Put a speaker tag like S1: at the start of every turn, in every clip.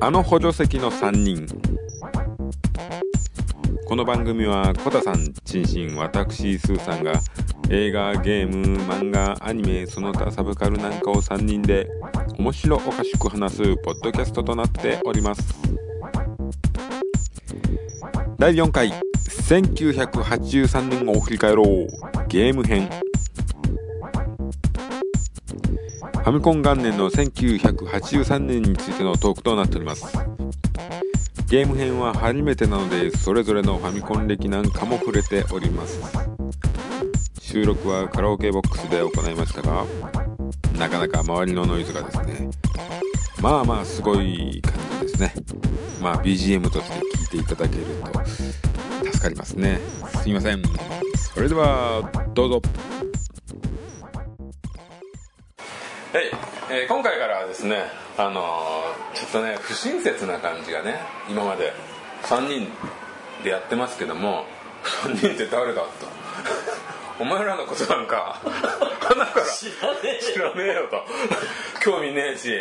S1: あの補助席の3人この番組はコタさん、チンシン、私、スーさんが映画、ゲーム、漫画、アニメ、その他サブカルなんかを3人で面白おかしく話すポッドキャストとなっております第4回1983年を振り返ろうゲーム編ファミコン元年の1983年についてのトークとなっておりますゲーム編は初めてなのでそれぞれのファミコン歴なんかも触れております収録はカラオケボックスで行いましたがなかなか周りのノイズがですねまあまあすごい感じですねまあ BGM として聴いていただけると助かりますねすいませんそれではどうぞはい、えー今回からはですねあのーちょっとね不親切な感じがね今まで3人でやってますけども3人って誰だと お前らのことなんか鼻から知らねえよと興味ねえし、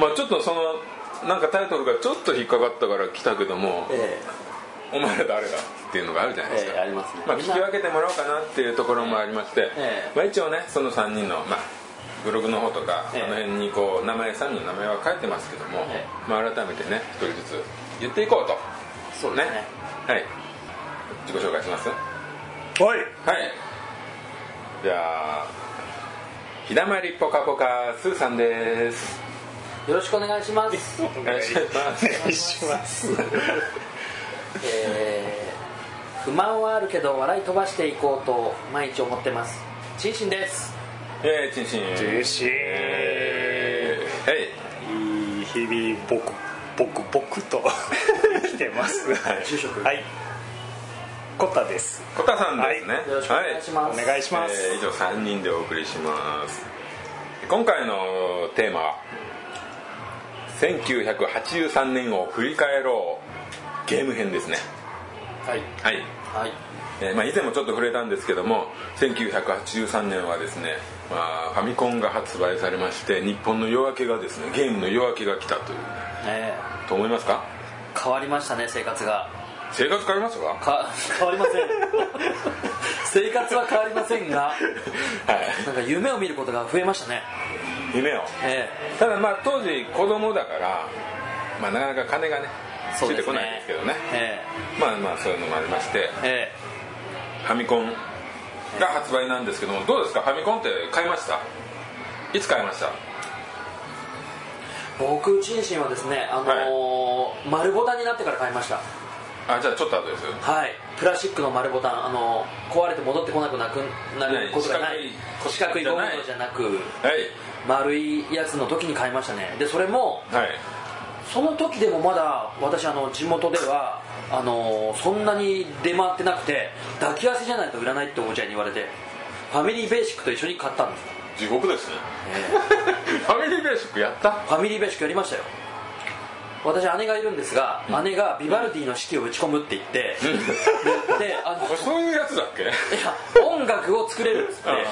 S1: まあちょっとそのなんかタイトルがちょっと引っかかったから来たけども、
S2: え
S1: お前ら誰だっていうのがあるじゃないですか、
S2: ええありますね
S1: まあ、聞き分けてもらおうかなっていうところもありまして、
S2: ええ
S1: まあ、一応ねその3人の、まあ、ブログの方とか、
S2: ええ
S1: あの辺にこう名前3人の名前は書いてますけども、
S2: え
S1: まあ、改めてね一人ずつ言っていこうと
S2: えそうですね
S1: はい自己紹介しますはい
S2: はい
S1: じゃあひだまりぽかぽかすーさんです
S2: よろしくお願いします
S1: お願いします
S2: えー、不満はあるけど笑い飛ばしていこうと毎日思ってますチンシンです
S1: えー、チンチン
S3: ジューシー
S1: えーはい
S3: いい日々ボクボクボク と生きてますはい
S2: 住職
S3: はいコタです
S1: コタさんですね、
S3: は
S2: よろしくお願いし
S1: は
S2: ま
S3: お
S2: す、
S3: 願いします、
S1: えー以上3人でお送りします今回のテーマは1983年を振り返ろうゲーム編ですね
S2: はい
S1: はい、
S2: はい
S1: えーまあ、以前もちょっと触れたんですけども1983年はですね、まあ、ファミコンが発売されまして日本の夜明けがですねゲームの夜明けが来たという
S2: え
S1: と思いますか
S2: ー変わりましたね生活が
S1: 生活変わりますか
S2: か変わりま せん生活は変わりませんが
S1: はい
S2: なんか夢を見ることが増えましたね
S1: 夢を
S2: え
S1: ただまあ当時子供だから、まあ、なかなか金がね
S2: え
S1: つ
S2: そ
S1: い
S2: う
S1: て
S2: です
S1: こ
S2: ね
S1: ないんですけどね
S2: え
S1: まあまあそういうのもありまして
S2: ええ
S1: ファミコンが発売なんですけどもどうですかファミコンって買いましたいつ買いました
S2: え僕チンシンはですねあのー丸ボタンになってから買いました
S1: あじゃあちょっと後ですよ
S2: はいプラスチックの丸ボタンあの壊れて戻ってこなくなくなることがない
S1: ない
S2: 四角いゴムのじゃなく
S1: はい
S2: 丸いやつの時に買いましたねでそれも
S1: はい
S2: その時でもまだ私あの地元ではあのそんなに出回ってなくて抱き合わせじゃないと売らないっておもちゃに言われてファミリーベーシックと一緒に買ったんです
S1: 地
S2: よ、
S1: 獄ですね
S2: え え
S1: ファミリーベーシックやった
S2: ファミリーベーシックやりましたよ私姉がいるんですが、姉がビバルディの式を打ち込むって言って、でであの
S1: これそういうやつだっけ
S2: いや音楽を作れるっつって
S1: あー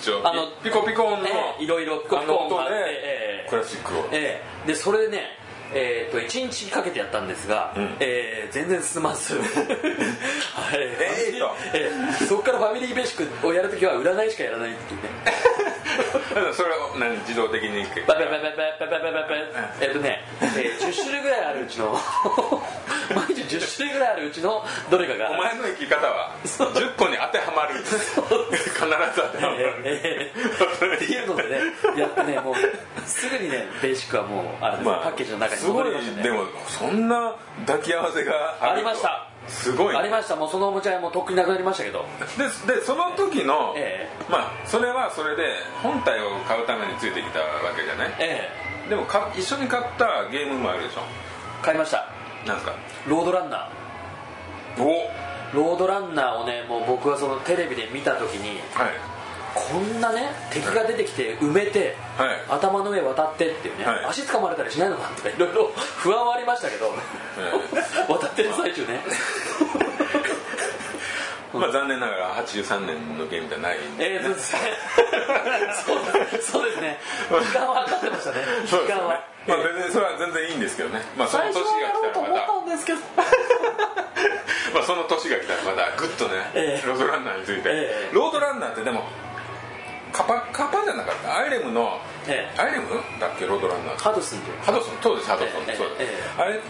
S1: 一応
S2: あの
S1: ピコピコ音の
S2: ええいろいろピコ
S1: あ
S2: ピコ
S1: の
S2: 音
S1: 音
S2: があって、
S1: で
S2: え
S1: クラシックを
S2: えええでそれでねえー、と1日かけてやったんですが、
S1: ん
S2: ええ全然進ま ず、はい
S1: ええと
S2: ええそこからファミリーベーシックをやるときは占いしかやらないっていうね
S1: それを何自動的に
S2: ババババババババババえっとね、ええ10種類ぐらいあるうちの 毎日10種類ぐらいあるうちのどれかが
S1: お前の生き方は10個に当てはまる必ず当てはまる
S2: ええっていうのでねやってねもうすぐにねベーシックはもうあれです、パッケージの中に
S1: すご
S2: 戻
S1: い
S2: りましたね
S1: でもそんな抱き合わせがあると
S2: ありました
S1: すごい
S2: ありましたもうそのおもちゃはもうとっくになくなりましたけど
S1: ででその時の、
S2: え
S1: まあそれはそれで本体を買うためについてきたわけじゃない
S2: え
S1: でもか一緒に買ったゲームもあるでしょ
S2: え買いました
S1: なんですか
S2: ロードランナ
S1: お
S2: ーロードランナーをねもう僕はそのテレビで見た時に
S1: はい
S2: こんなね敵が出てきて埋めて、
S1: はい
S2: 頭の上渡ってっていうね、
S1: はい
S2: 足掴まれたりしないのかなとかいろいろ 不安はありましたけど、渡ってる最中 ね
S1: まあ残念ながら83年のゲームじゃないんで
S2: えー、そうですねそうそうですね時間はかかってましたね
S1: そう
S2: 時
S1: です
S2: 間
S1: よね
S2: は、
S1: まあ、全然それは全然いいんですけどね、まあ、その
S2: 最
S1: 年
S2: 初
S1: が
S2: はやろ
S1: 来
S2: うと
S1: たらま
S2: 思ったたんですけど
S1: まあ、その年が来たらまだグッとね、
S2: ええ
S1: ロードランナーについて、
S2: ええ
S1: ロードランナーってでもカパカパじゃなかったアイレムの、
S2: ええ
S1: アイレムだっけロードランナーって
S2: ハドスンで
S1: ハドソンそうですハドソン、
S2: ええ
S1: そうです、
S2: え
S1: あれ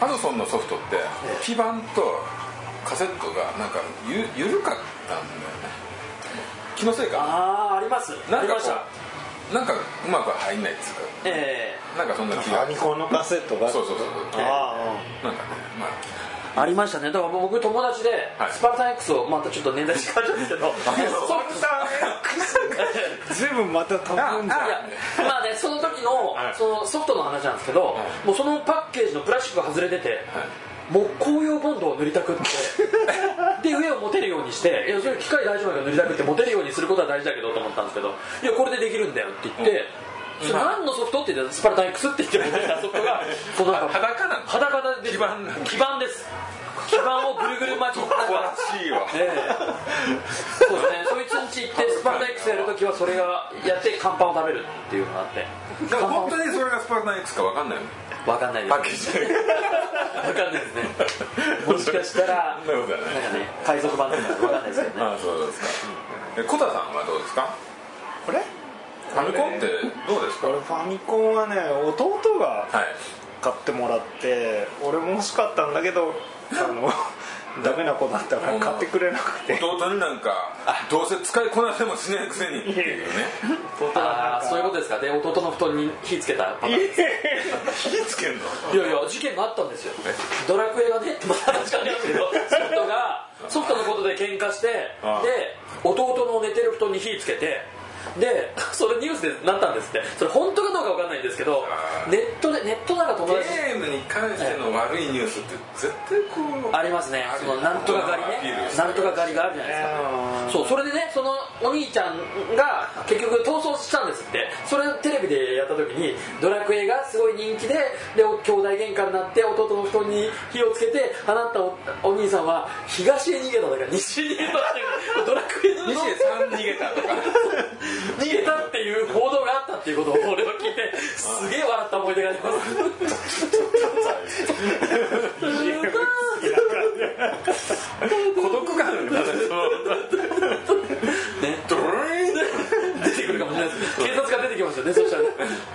S1: ハドソンのソフトって、
S2: え
S1: 基板とカセットがなんかゆ緩かったんだよね気のせいか
S2: あああります
S1: なん
S2: あり
S1: か
S2: ま
S1: こ
S2: した
S1: うなんかうまく入んないっつう
S2: え
S1: かなんかそんな気
S3: フ
S1: が
S3: ァミコンのカセットが
S1: そうそうそう
S2: え
S3: あ
S1: なんかねまあ
S2: えありましたねだから僕友達で
S1: はい
S2: スパルタン X をまたちょっと年代違うですけどそう
S3: あずいぶんまた飛ぶんじゃん
S1: あ
S2: いやまあねその時の
S1: はい
S2: そのソフトの話なんですけど、
S1: い
S2: もうそのパッケージのプラスチックが外れてて、木工用ボンドを塗りたくって で上を持てるようにして「いやそれ機械大丈夫だけど塗りたくって持てるようにすることは大事だけど」と思ったんですけど「いやこれでできるんだよ」って言って。それ何のソフトって言ってスパルタン X って言ってもらったソフトがそのなんか
S1: 裸なんだ
S2: 裸で
S1: 基板なんだ
S2: 基板です基板をぐるぐる巻きになんか
S1: 詳しいわ
S2: ええそうですねそいつんち行ってスパルタ X やるときはそれがやって乾パンを食べるっていうのがあって
S1: でも本当にそれがスパルタン X かわかんないよね
S2: わかん ないです
S1: パッケージで
S2: わかんないですねもしかしたら
S1: そんなことはない
S2: なんかね海賊版とかわかんないですけ どね
S1: ああそうですかえコタさんはどうですか
S3: これ
S1: ファミコンってどうですか
S3: 俺ファミコンはね弟が
S1: はい
S3: 買ってもらって俺も欲しかったんだけどあ のダメな子だったから買ってくれなくて
S1: 弟になんかどうせ使いこなせもしないくせにっていうね
S3: 弟
S2: ああそういう
S3: う
S2: ことですかで弟の布団に火つけたパターンい
S1: 火つけんの
S2: やいや事件があったんですよドラクエがね また話がありますけどソフトがソフトのことで喧嘩してで
S1: ああ
S2: 弟の寝てる布団に火つけてでそれニュースでなったんですってそれ本当かどうかわかんないんですけど
S1: ああ
S2: ネットでネットなんか友達
S1: ゲームに関しての悪いニュースって絶対こう
S2: ありますねそのなんとか狩りねなんとか狩りがあるじゃないですかそうそれでねそのお兄ちゃんが結局逃走したんですってそれをテレビでやった時にドラクエがすごい人気ででお兄弟喧嘩になって弟の布団に火をつけて放ったおお兄さんは東へ逃げただから西へ逃げたっていうドラクエの
S1: 西へ3逃げたとか
S2: 逃げたっていう報道があったっていうことを俺は聞いてすげえ笑った思い出があります
S1: 孤独感が ねドローン
S2: 出てくるかもしれないです警察が出てきますよねそしたらね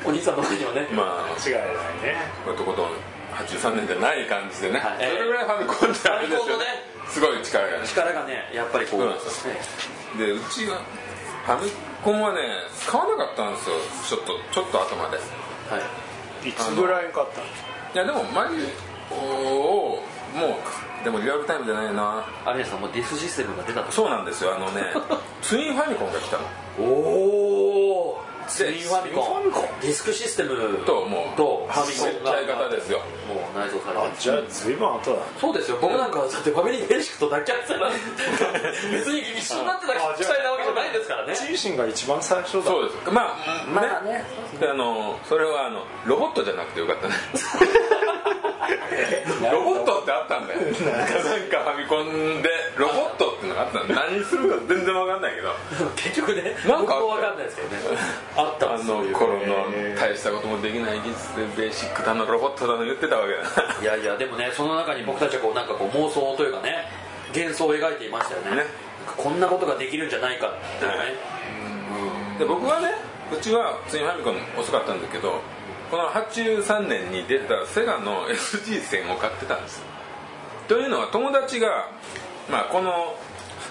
S2: お兄さんの前にはね
S1: まあ
S3: 違いないね
S1: まあとことん83年じゃない感じでね、
S2: はい
S1: それぐらいファミコンってあれです
S2: ファミコ
S1: よ
S2: ンの
S1: ね
S2: ね
S1: すごい力がね
S2: 力がねやっぱりこう
S1: そうなんです
S2: ね
S1: でうちがファミコンはね買わなかったんですよちょっとちょっと後までい
S2: はい
S3: いつぐらいに買った
S1: や
S3: の
S1: でもマリオをもうでもリアルタイムじゃないな
S2: アリナさんもうディスシステムが出たと
S1: そうなんですよあの ねツインファミコンが来たの
S2: おおツ
S1: で
S2: インファミコン
S1: ツインファミコン
S2: ディスクシステム
S1: ともう
S2: とファミコン
S1: 接待型ですよ
S2: もう内蔵されて
S3: あ
S2: る
S3: じゃあ随分後だ
S2: そうですよ僕なんかはだってファミリーベーシックと抱き合ってたら別に一緒になってた
S3: あ
S2: 期待なわけじゃないですからね
S3: チーシンが一番最初だ
S1: そうですまあ、
S2: まあ
S1: ね
S2: ね
S1: であのそれはあのロボットじゃなくてよか ったねロボットってあったんだよなんかファミコンでロボットってのがあったの何するか全然わかんないけど
S2: 結局ね
S1: なん
S2: 僕
S1: かあった
S2: も分かんないですけどね あった
S1: あ
S2: んですよ
S1: の頃の大したこともできない技術でベーシックだのロボットだの言ってたわけだ
S2: いやいやでもねその中に僕たちはこうなんかこう妄想というかね幻想を描いていましたよね
S1: ね
S2: こんなことができるんじゃないかっていうね、
S1: はい なで僕はねうちは普通にファミコン遅かったんだけどこの83年に出たセガの SG 戦を買ってたんですというのは友達が、まあ、この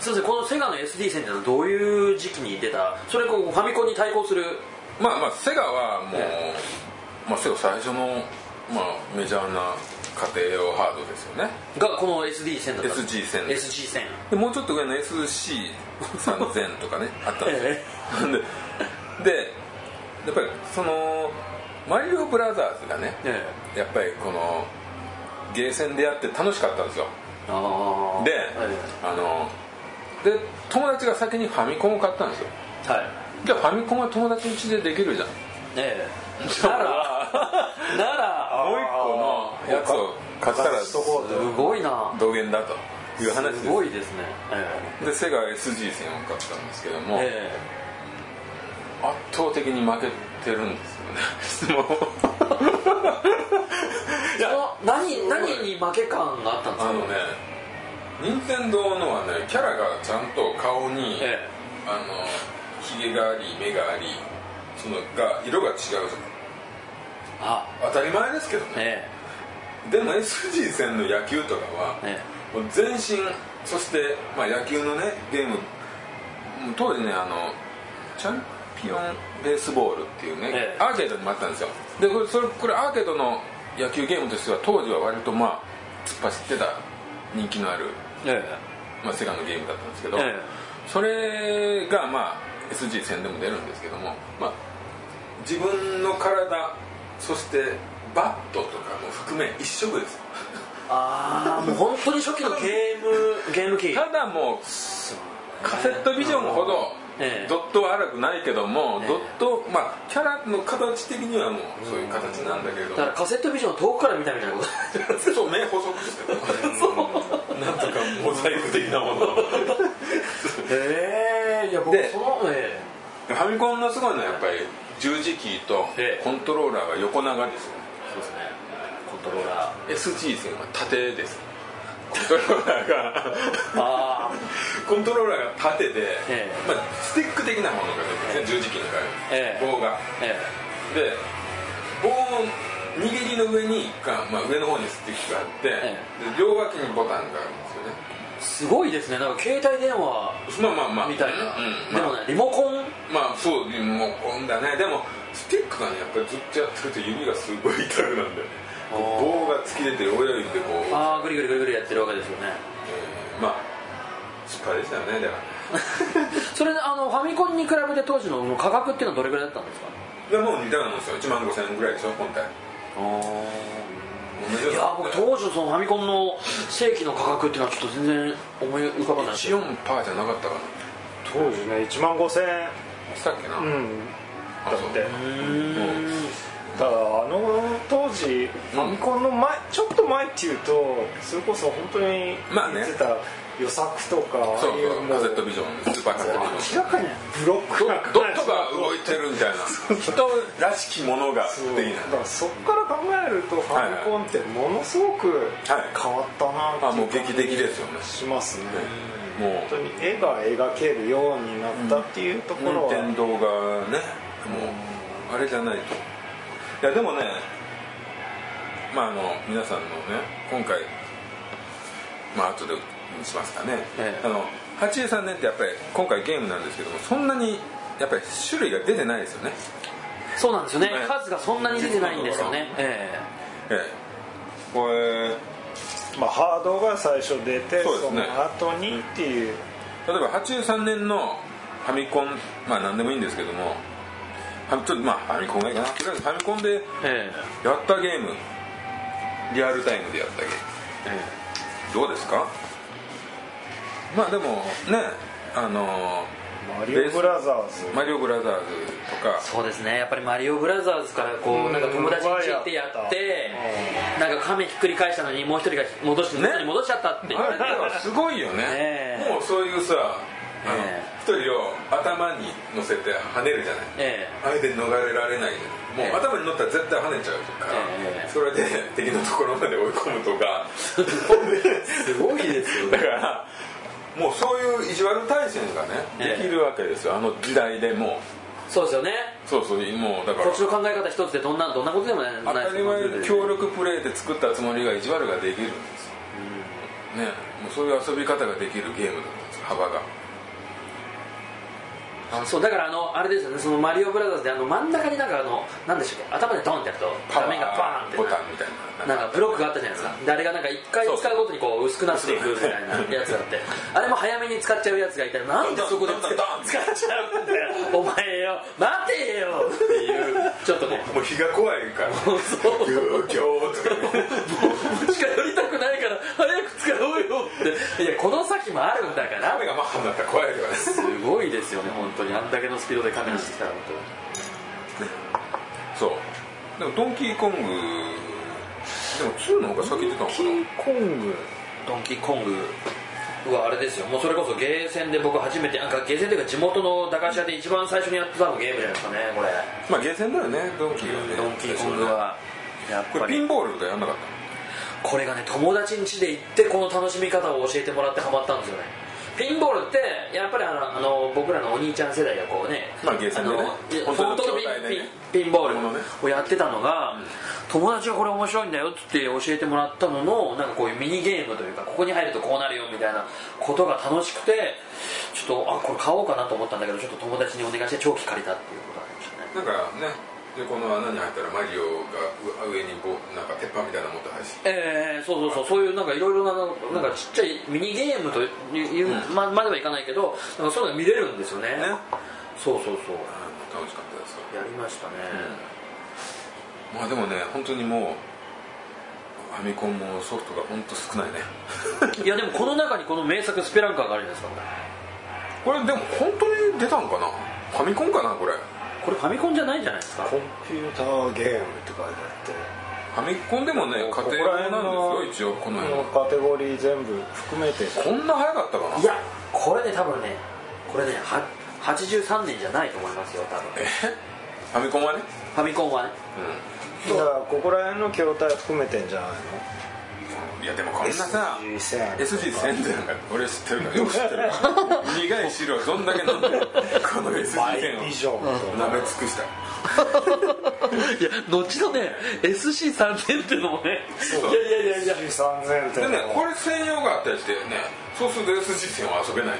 S2: そうですねこのセガの SD 戦ってのはどういう時期に出たそれこうファミコンに対抗する
S1: まあまあセガはもう、まあセガ最初の、まあ、メジャーな家庭用ハードですよね
S2: がこの SD 戦だったんです
S1: SG 戦
S2: SG 戦
S1: でもうちょっと上の SC3000 とかねあったんですよ、
S2: え
S1: ででやっぱりそのマリオブラザーズがね
S2: ええ
S1: やっぱりこのゲーセンでやって楽しかったんですよ
S2: ああ
S1: で、
S2: え
S1: あので友達が先にファミコンを買ったんですよ
S2: えはい
S1: じゃあファミコンは友達ん家でできるじゃん
S2: ええならなら
S1: もう一個のやつを買ったら
S3: そこ
S2: すごいな
S1: 同源だという話です
S2: ごいですねえ
S1: でセガ SG 戦を買ったんですけども、
S2: えええ
S1: 圧倒的に負けてるんですよね もういや
S2: その何何に負け感があったんで
S1: あ
S2: すか
S1: のね任天堂のはねキャラがちゃんと顔に、
S2: え
S1: あのひげがあり目がありそのが色が違う
S2: えあ
S1: 当たり前ですけどね
S2: え
S1: でも SG 戦の野球とかは、
S2: え
S1: もう全身そして、まあ、野球のねゲームもう当時ねあのチャンピオンベースボールっていうね、
S2: ええ
S1: アーケードにもあったんですよでこれそれこれアーケードの野球ゲームとしては当時は割とまあ突っ走ってた人気のある、
S2: ええ
S1: まあ、セガのゲームだったんですけど、
S2: ええ
S1: それがまあ SG 戦でも出るんですけども、まあ、自分の体そしてバットとかも含め一色です
S2: ああもう本当に初期のゲームゲーム機
S1: ただもうカセットビジョンほど
S2: ええ
S1: ドットは荒くないけども、
S2: ええ
S1: ドットまあキャラの形的にはもうそういう形なんだけれど
S2: だ
S1: も
S2: からカセットビジョンを遠くから見たみたいなこと
S1: そう目細くしてるなんとかモザイク的なも の
S2: ええいや僕
S1: で
S2: そのえ
S1: ファミコンのすごいのはやっぱり十字キーと
S2: ええ
S1: コントローラーが横長ですよね
S2: えそうですねコントローラー
S1: SG 線は縦ですコントローラーが
S2: あ
S1: コントローラーが縦で、
S2: ええ
S1: まあ、スティック的なものが出てるんですね、十字キーの
S2: ええ
S1: 場合棒が。
S2: あえ
S1: で棒の握りの上にが、まあ、上の方にスティックがあって、
S2: え
S1: で両脇にボタンがあるん
S2: えすごいですねなんか携帯電話
S1: ですよねまあまあまあ
S2: みたいな、
S1: うんうん
S2: で
S1: まあ
S2: もねリモコン
S1: まあそうもうこんだねでもスティックがねやっぱりずっとやってると指がすごい痛くなるんだよね
S2: お
S1: 棒が突き出て親指でこう
S2: ああグリグリグリグリやってるわけですよね
S1: えーまあ失敗でしたよねだから
S2: それであのファミコンに比べて当時のもう価格っていうのはどれぐらいだったんですか
S1: いやもう似たようなもんですよ1万5000円ぐらいでしょ本体同じよ
S2: いうや
S1: なもん
S2: 僕
S1: だよ
S2: 当時のそのファミコンの正規の価格っていうのはちょっと全然思い浮かばないですよ
S1: 14パーじゃなかったかな
S3: 当時ね1万5000円
S1: したっけな、
S3: うん
S1: あ
S3: だ
S1: そう
S3: って
S2: うーん
S3: ただあの当時ファミコンの前ちょっと前っていうとそれこそ本当に言
S1: まあね
S3: ってた予作とか
S1: そう
S3: ああい
S1: そう
S3: も
S1: カセットビジョンスーパーカセットビジョン
S3: 明らかにブロックな
S1: ドットが動いてるみたいな人らしきものがって
S3: そう
S1: いいな
S3: だからそっから考えるとファミコンってものすごく変わったな
S1: あ
S3: ってい
S1: もう
S3: う感
S1: 劇的ですよね
S3: じしますね
S1: も
S3: 本当に絵が描けるようになったっていうところ
S1: う
S3: は
S1: 任天堂がねもうあれじゃないといやでもねまああの皆さんのね今回まあ後でにしますかね、
S2: ええ
S1: あの83年ってやっぱり今回ゲームなんですけどもそんなにやっぱり種類が出てないですよね
S2: そうなんですよね
S1: ね
S2: 数がそんなに出てないんですよねえ
S1: ええこれ
S3: まあハードが最初出て
S1: そうです
S3: そ
S1: ね
S3: の後にっていう
S1: 例えば83年のファミコンまあ何でもいいんですけどもファミちょっとまあファミコンがいいかなとりあえずファミコンでや
S2: ええ
S1: ったゲームリアルタイムでやったゲーム
S2: え
S1: どうですかまあでもねあの
S3: マリオブラザーズ
S1: マリオブラザーズとか
S2: そうですねやっぱり「マリオブラザーズ」からこうなんか友達に行ってやってなんか亀ひっくり返したのにもう一人が戻して
S1: ね
S2: 元に戻しちゃったっていう
S1: あれはすごいよね、
S2: ええ
S1: もうそういうさあの
S2: え
S1: 一、人を頭に乗せて跳ねるじゃない
S2: え
S1: あれで逃れられないじゃない
S2: ええ
S1: もう頭に乗ったら絶対跳ねちゃうから、
S2: ええ
S1: それで敵のところまで追い込むと か
S2: すごいですよ
S1: だからもうそういう意地悪対戦がね
S2: ええ
S1: できるわけですよあの時代でも
S2: そうですよね
S1: うそうそうもうだから
S2: こっちの考え方一つでどんなどんなことでもない
S1: 当たり前
S2: ですよね
S1: 協力プレーで作ったつもりが意地悪ができるんですよ、ねもうそういう遊び方ができるゲームだったんですよ幅が
S2: そうだからあのあれですよねそのマリオブラザーズであの真ん中になんかあのなんでしたっけ頭でドンってやると画面がバーンって
S1: ボタンみたいな
S2: なんかブロックがあったじゃないですかであれがなんか一回使うごとにこう薄くなっていくみたい なやつがあってあれも早めに使っちゃうやつがいたらなんでそこで使っ使っちゃうんだよお前よ待てよっていうちょっとね
S1: もう日が怖いから「
S2: そう
S1: ギョーギョー」とかね
S2: 近寄りたくないから早く使おうよっていやこの先もあるんだから
S1: 雨がマッハになったら怖いわ
S2: すごいですよね本当にあんだけのスピードでカメラしてきたら本当に
S1: そうでもドンキーコングでも2の方が先出たのか
S3: キーコング
S2: ドンキーコングはあれですよもうそれこそゲーセンで僕初めてなんかゲーセンというか地元の駄菓子屋で一番最初にやってたのゲームじゃないですかねこれ
S1: なまあゲーセンだよねドンキーはね
S2: ドンキーコングはやっ
S1: こ
S2: ぱ
S1: れピ
S2: り
S1: ンボールとかやんなかった
S2: これがね友達ん家で行ってこの楽しみ方を教えてもらってハマったんですよねピンボールってやっぱりあのあの僕らのお兄ちゃん世代がこうね、
S1: まあゲーセンでね
S2: あのいや
S1: 本
S2: 本
S1: 当の
S2: 当の
S1: 兄弟でね
S2: ピンピンボール
S1: 本物ね
S2: をやってたのが、友達はこれ面白いんだよっつって教えてもらったののなんかこういうミニゲームというかここに入るとこうなるよみたいなことが楽しくてちょっとあこれ買おうかなと思ったんだけどちょっと友達にお願いして長期借りたっていうことがありましたね
S1: なんかねでこの穴に入ったらマリオがう上にこうなんか鉄板みたいなの持って入って
S2: えー、そうそうそうそういうなんかいろいろななんかちっちゃいミニゲームという、ままではいかないけどなんかそういうのが見れるんですよねそうそうそう
S1: 楽しかったですよ
S2: やりましたね、
S1: まあでもね本当にもうファミコンもソフトが本当少ないね
S2: いやでもこの中にこの名作スペランカーがあるじゃないですか
S1: これでも本当に出たんかなファミコンかなこれ
S2: これこれファミコンじゃないんじゃないですか
S3: コンピューターゲームって書いてあって
S1: ファミコンでもね家
S3: ここ
S1: 庭
S3: ら辺
S1: なん
S3: の
S1: ですよ一応この辺は
S3: カテゴリー全部含めて
S1: こんな早かったかない
S2: やこれね多分ねこれねは83年じゃないと思いますよ多分
S1: えファミコンはね
S2: ファミコンはね
S3: だからここら辺の筐体含めてんじゃない
S1: いやでもこんなさ
S3: SG1000
S1: SG1000 じゃなんか俺知ってるからよく知ってるから苦い汁をどんだけ飲んでこの
S3: のマイビ
S1: SG1000 を
S3: ジョンと
S1: 舐め尽くした
S2: いや後のね SC3000 っていうのもね
S1: そう
S2: いやいやいやいや
S3: SG3000 って
S1: でねこれ専用があったりしてねそうすると SG 線は遊べない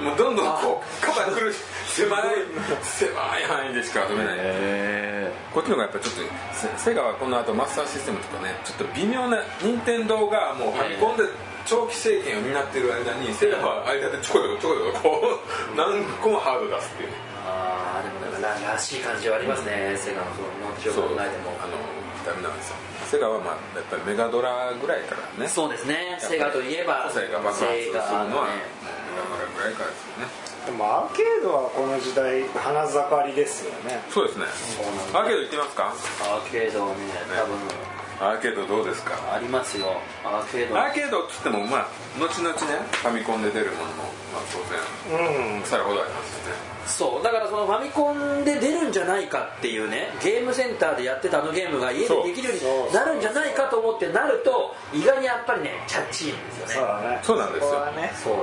S1: もうどんどんこう肩くるし狭い狭い範囲でしか遊べない、こっちの方がやっぱちょっとセセガはこの後マスターシステムとかねちょっと微妙な任天堂がもうファミコンで長期政権を担ってる間にセガは間でちょこちょこちょこちょここう何個もハード出すっていうね
S2: ああでもなんからしい感じはありますね、セガのその後を考えても
S1: あのダメなんですよセガはまあやっぱりメガドラぐらいからね
S2: そうですねセガといえば
S1: 個性が爆発するの
S2: セガ
S1: はメ
S2: ね
S1: ガドラぐらいからですよね
S3: でもアーケードはこの時代花盛りですよね
S1: そうですねアーケード行ってみますか
S2: アーケードはね多分
S1: アーケードどうですか
S2: ありますよアーケード
S1: アーケードっつってもまあ後々ねファミコンで出るものもまあ当然
S3: うん
S1: 腐るほどありますしね
S2: そうだからそのファミコンで出るんじゃないかっていうねゲームセンターでやってたあのゲームが家でできるようになるんじゃないかと思ってなると意外にやっぱりねチャッチーんです
S3: そう
S2: よね
S3: だね
S1: そうなんですよ
S3: こはね
S2: そう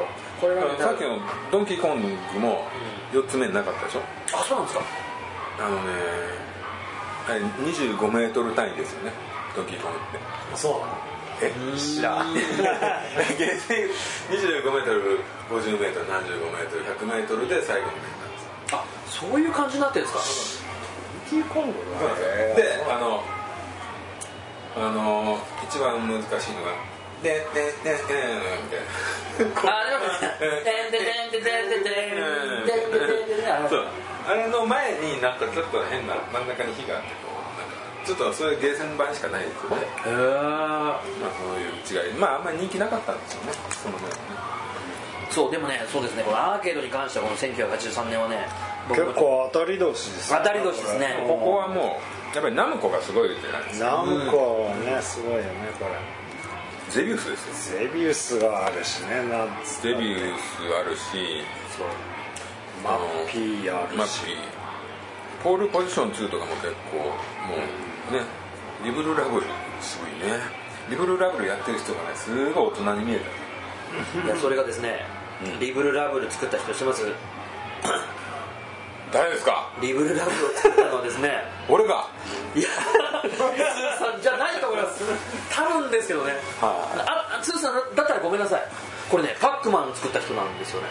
S2: これはね
S1: さっきのドンキーコングも4つ目になかったでしょ
S2: あそうなんですか
S1: あのねあれ25メートル単位ですよねドンキーコングって
S3: そう
S1: え
S3: 知らん
S1: ゲーセン25メートル50メートル75メートル100メートルで最後になったんですよ
S2: あそういう感じになってるんですか
S3: キーコングだね
S1: であのあの一番難しいのが「ででででみたいな
S2: あでもでんでんでんでんでんでんでんでんでんでんでんでんでんあの
S1: そうあれの前になんかちょっと変な真ん中に火があってこうなんかちょっとそういうゲーセン版しかないですよね
S2: へー
S1: まあそういう違いまああんまり人気なかったんですよねその前はね
S2: そうでもねそうですねこのアーケードに関してはこの1983年はね僕
S3: 結
S2: も
S3: 構当たり年ですね
S2: 当たり年ですね
S1: ここはもうやっぱりナムコがすごいじゃないですか
S3: ナムコはねすごいよねこれ
S1: ゼビウスですよ
S3: ゼビウスがあるしねなんつ
S1: ゼビウスあるし
S2: そう
S3: マッピーあ
S1: マ
S3: る
S1: ッ
S3: し
S1: ピーポールポジション2とかも結構もうねリブルラブルすごいねリブルラブルやってる人がねすごい大人に見えた
S2: いやそれがですね、リブルラブル作った人知ってます
S1: 誰ですか
S2: リブルラブルを作ったのはですね
S1: 俺か
S2: いや通さんじゃないと思います多分ですけどねあ通さんだったらごめんなさいこれねパックマンを作った人なんですよね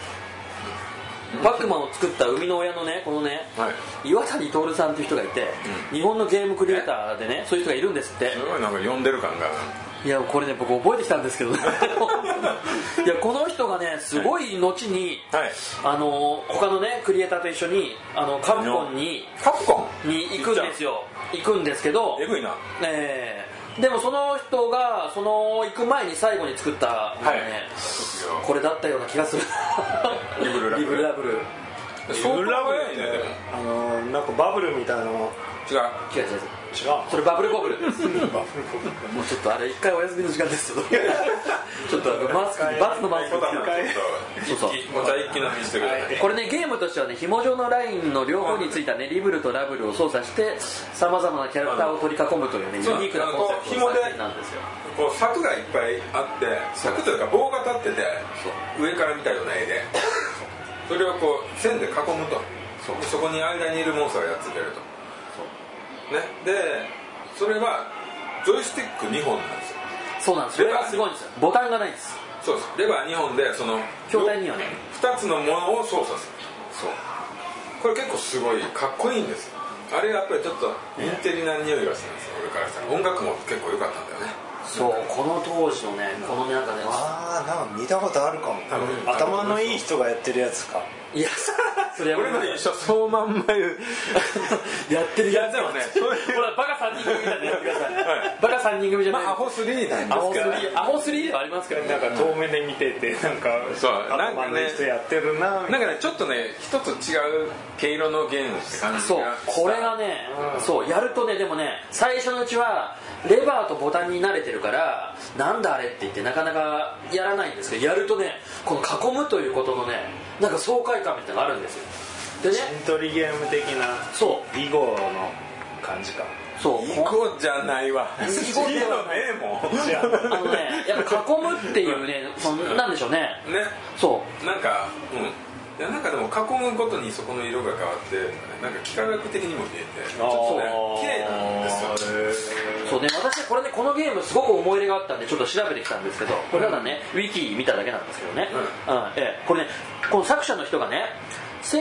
S2: パックマンを作った生みの親のねこのね、
S1: は
S2: 岩谷徹さんという人がいて、日本のゲームクリエイターでねそういう人がいるんですって
S1: すごいなんか呼んでる感が
S2: いやこれね僕覚えてきたんですけ どねいやこの人がねすごい後に、
S1: はい
S2: あの他のねクリエイターと一緒にあのカプコンに
S1: カプコン
S2: に行くんですよ行くんですけど
S1: えぐいな
S2: ええでもその人がその行く前に最後に作ったのがね、
S1: 卒業
S2: これだったような気がする
S1: リブルラブル
S2: リブルラブル
S1: 相当早いねでも
S3: あのなんかバブルみたいなの違う
S1: 違う
S2: 違う違う違う
S3: の
S2: それバブルゴブルですもうちょっとあれ一回お休みの時間 ですよちょっとあのマスクにバツのマスク
S1: ボ
S2: をつ
S1: タ
S2: け
S1: ン
S2: て
S1: をちょっと一気もうじゃあ一気飲みしてください
S2: これねゲームとしてはね紐状のラインの両方についたねリブルとラブルを操作してさまざまなキャラクターを取り囲むというねユニ
S1: そう
S2: ークなコンセプトの作品なんですよ
S1: こう柵がいっぱいあって柵というか棒が立ってて上から見たような絵でそれをこう線で囲むと
S2: そう
S1: でそこに間にいるモンスターがやっつけるとねでそれがジョイスティック2本なんですよ
S2: そうなんですそれがすごいんですよボタンがないんです
S1: そうですレバー2本でその
S2: 筐体にはね
S1: 2つのものを操作するそうこれ結構すごいかっこいいんですよあれやっぱりちょっとインテリな匂いがするんですよ俺からしたら音楽も結構良かったんだよね
S2: そうこの当時のねこのねなんかね
S3: あーなんか見たことあるかも
S1: 多分
S3: 頭のいい人がやってるやつか
S2: いやそれやめて
S1: 俺の印象そうまんま言う
S2: やってるやつ
S1: いやでもねそういう
S2: ほらバカ3人組みたいなのやってください、
S1: はい
S2: バカ3人組じゃ
S1: ま
S2: ない
S1: あアホ3なん
S2: ア
S1: で
S2: ホ
S1: すけどね
S2: 3アホ3ではありますからね
S3: なんか遠目で見ててなんか
S1: そう
S3: 頭のいい人やってるなみた
S1: ないんかねちょっとね一つ違う毛色のゲームって感じが
S2: そうこれがね、そうやるとねでもね最初のうちはレバーとボタンに慣れてるからなんだあれって言ってなかなかやらないんですけどやるとねこの囲むということのねなんか爽快感みたいなのがあるんですよでね
S3: 陣取りゲーム的な
S2: そ
S3: 囲碁の感じか
S2: うそう
S1: 囲碁じゃないわ
S2: 囲碁ではない
S1: 囲碁ねもう
S3: じ ゃ
S2: あのねやっぱ囲むっていうねそのなんでしょうね
S1: ね
S2: そ
S1: なんかうんいやなんかでも囲むごとにそこの色が変わってなんか幾何学的にも見えてちょっとね綺麗なんですよ
S2: うそうね私これねこのゲームすごく思い入れがあったんでちょっと調べてきたんですけどこれただねウィキ見ただけなんですけどね、うんええこれねこの作者の人がね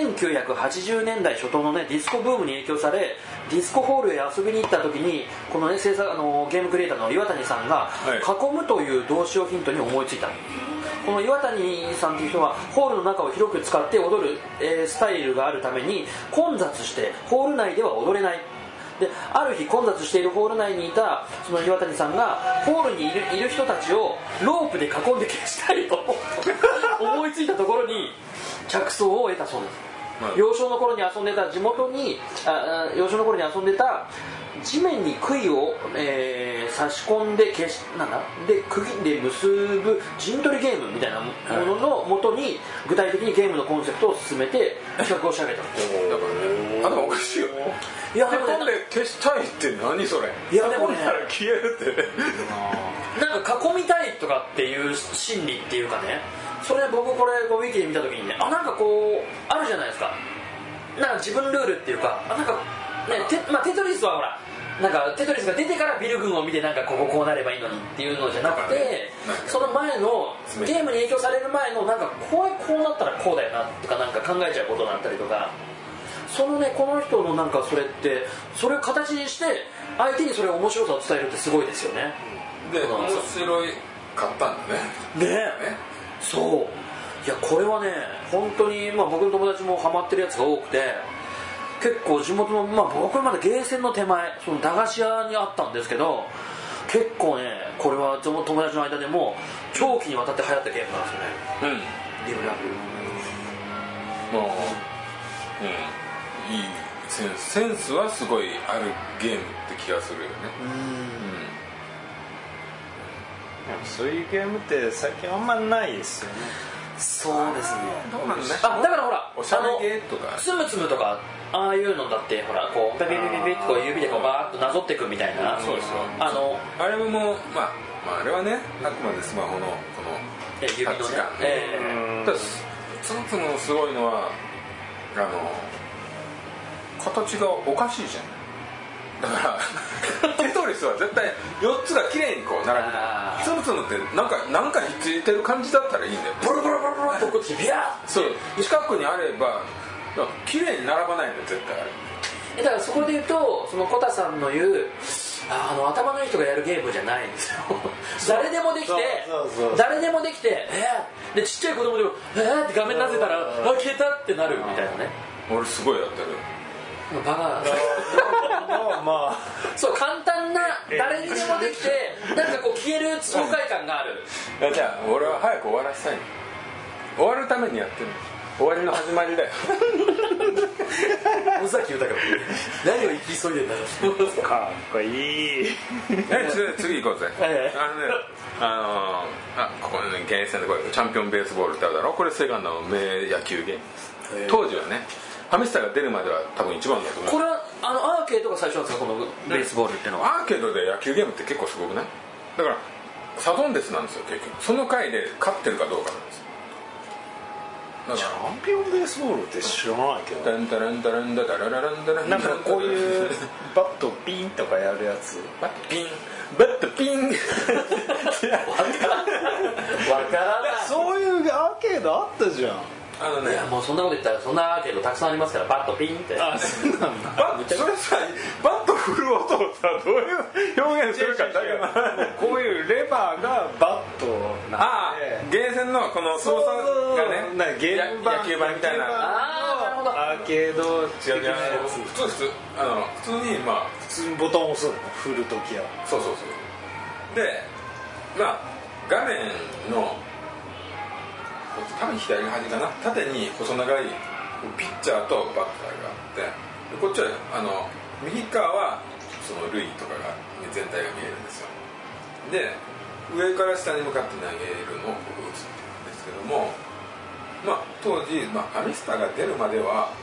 S2: 1980年代初頭のねディスコブームに影響されディスコホールへ遊びに行った時にこのね制作あのゲームクリエイターの岩谷さんが
S1: い
S2: 「囲む」という動詞をヒントに思いついた、この岩谷さんという人はホールの中を広く使って踊る、えースタイルがあるために混雑してホール内では踊れないである日混雑しているホール内にいたその岩谷さんがホールにいるいる人たちをロープで囲んで消したいと思いついたところに着想を得たそうで
S1: は
S2: す、
S1: い
S2: 幼少の頃に遊んでた地元にああ幼少の頃に遊んでた地面に杭を、えー差し込んで消しなんだで釘で結ぶ陣取りゲームみたいなもののもとに具体的にゲームのコンセプトを進めて企画を仕上げた
S1: だからね頭おかしいよね
S2: いや
S1: 囲
S2: でもね
S1: んで消したいって何それ
S2: いやでもね
S1: 囲んだら消えるって
S2: なんか囲みたいとかっていう心理っていうかねそれ僕これこうウィキで見た時にねあなんかこうあるじゃないですかなんか自分ルールっていうかあなんかねテ,、まあ、テトリスはほらなんかテトリスが出てからビル群を見てなんかこここうなればいいのにっていうのじゃなくて
S1: なんかね
S2: その前の
S1: 詰め
S2: ゲームに影響される前のなんかこうこうなったらこうだよなとかなんか考えちゃうことだったりとかそのねこの人のなんかそれってそれを形にして相手にそれを面白さを伝えるってすごいですよね、
S1: で
S2: そうなん
S1: 面
S2: ですよ
S1: 白いかったんだね
S2: ねそういやこれはね本当にまあ僕の友達もハマってるやつが多くて結構地元のまあ僕はまだゲーセンの手前その駄菓子屋にあったんですけど結構ねこれは友達の間でも長期にわたって流行ったゲームなんですよね
S1: うん
S2: リブラ
S1: もう、うん、いいセンスセンスはすごいあるゲームって気がするよね
S3: なんかそういうゲームって最近あんまないですよね
S2: そうですね
S1: どうなんね
S2: あだからほら
S1: おしゃ
S2: あの
S1: れゲーとか
S2: つむつむとかああいうのだってほらこうペペペペペってこう指でこうバーッとなぞっていくみたいな
S1: そうですよ
S2: あの
S1: あれもまあ、まあ、あれはねあくまでスマホのこ
S2: え指のね
S1: タッチ感
S2: ええ
S1: のただすそもそもすごいのはあの形がおかしいじゃんだから テトリスは絶対4つが綺麗にこう並ぶ
S2: あー
S1: つむつむってなんかなんかひっついてる感じだったらいいんだよボロボロボロボロって
S2: こっちビャーッ
S1: そう近くにあればだから綺麗に並ばないのよ絶対あれ
S2: えだからそこで言うとそのコタさんの言うああの頭のいい人がやるゲームじゃないんですよ誰でもできて
S3: そうそうそう
S2: 誰でもできてえー、でちっちゃい子供でもえー、って画面なぜたらあ消えたってなるみたいなね
S1: 俺すごいやってる
S2: バカなんですよ
S3: まあま
S2: そう簡単な誰にでもできてなんかこう消える爽快感がある
S1: いやじゃあ俺は早く終わらせたいの終わるためにやってるの終わりの始まりだよ
S2: 宇崎豊君何を生き急いでんだろ
S3: あかっこいい
S1: え次次行こうぜあの
S2: いはい
S1: ねあのーあここね現役戦でこれチャンピオンベースボールってあるだろこれセガの名野球ゲームです
S2: へー
S1: 当時はねハミスターが出るまでは多分一番だと思う
S2: これはあのアーケードが最初なんですかこのベースボールっていうのは
S1: アーケードで野球ゲームって結構すごくないだからサドンデスなんですよ結局その回で勝ってるかどうかなんですよだ
S3: チ
S1: から
S3: ャンピオンベースボールって知らないけど
S1: ダンダランダランダダララランダラン
S3: なんかこういうバットピンとかやるやつ
S1: バットピンバットピン
S2: わからない
S3: そういうアーケードあったじゃん
S1: あの
S2: い
S1: ね
S2: やもうそんなこと言ったらそんなアーケードたくさんありますからバッとピンって
S3: あそうなんだ
S1: バッそれさバット振る音をさどういう表現するかだけど
S3: こういうレバーがバットな
S1: ああ
S3: んで
S1: ゲーセンのこの操作がね
S3: なんかゲーム版
S1: や野球盤みたいな
S2: あーなるほど
S3: アーケード的
S1: 違う違
S3: な
S1: う
S3: や
S1: 普通普通あの普通にまあ
S3: つ普通にボタン押すの振るときは
S1: そうそうそうでまあ画面の多分左端かな縦に細長いピッチャーとバッターがあってでこっちはあの右側はその塁とかが全体が見えるんですよで上から下に向かって投げるのを僕打つっていうんですけどもまあ当時、まあ、アミスターが出るまでは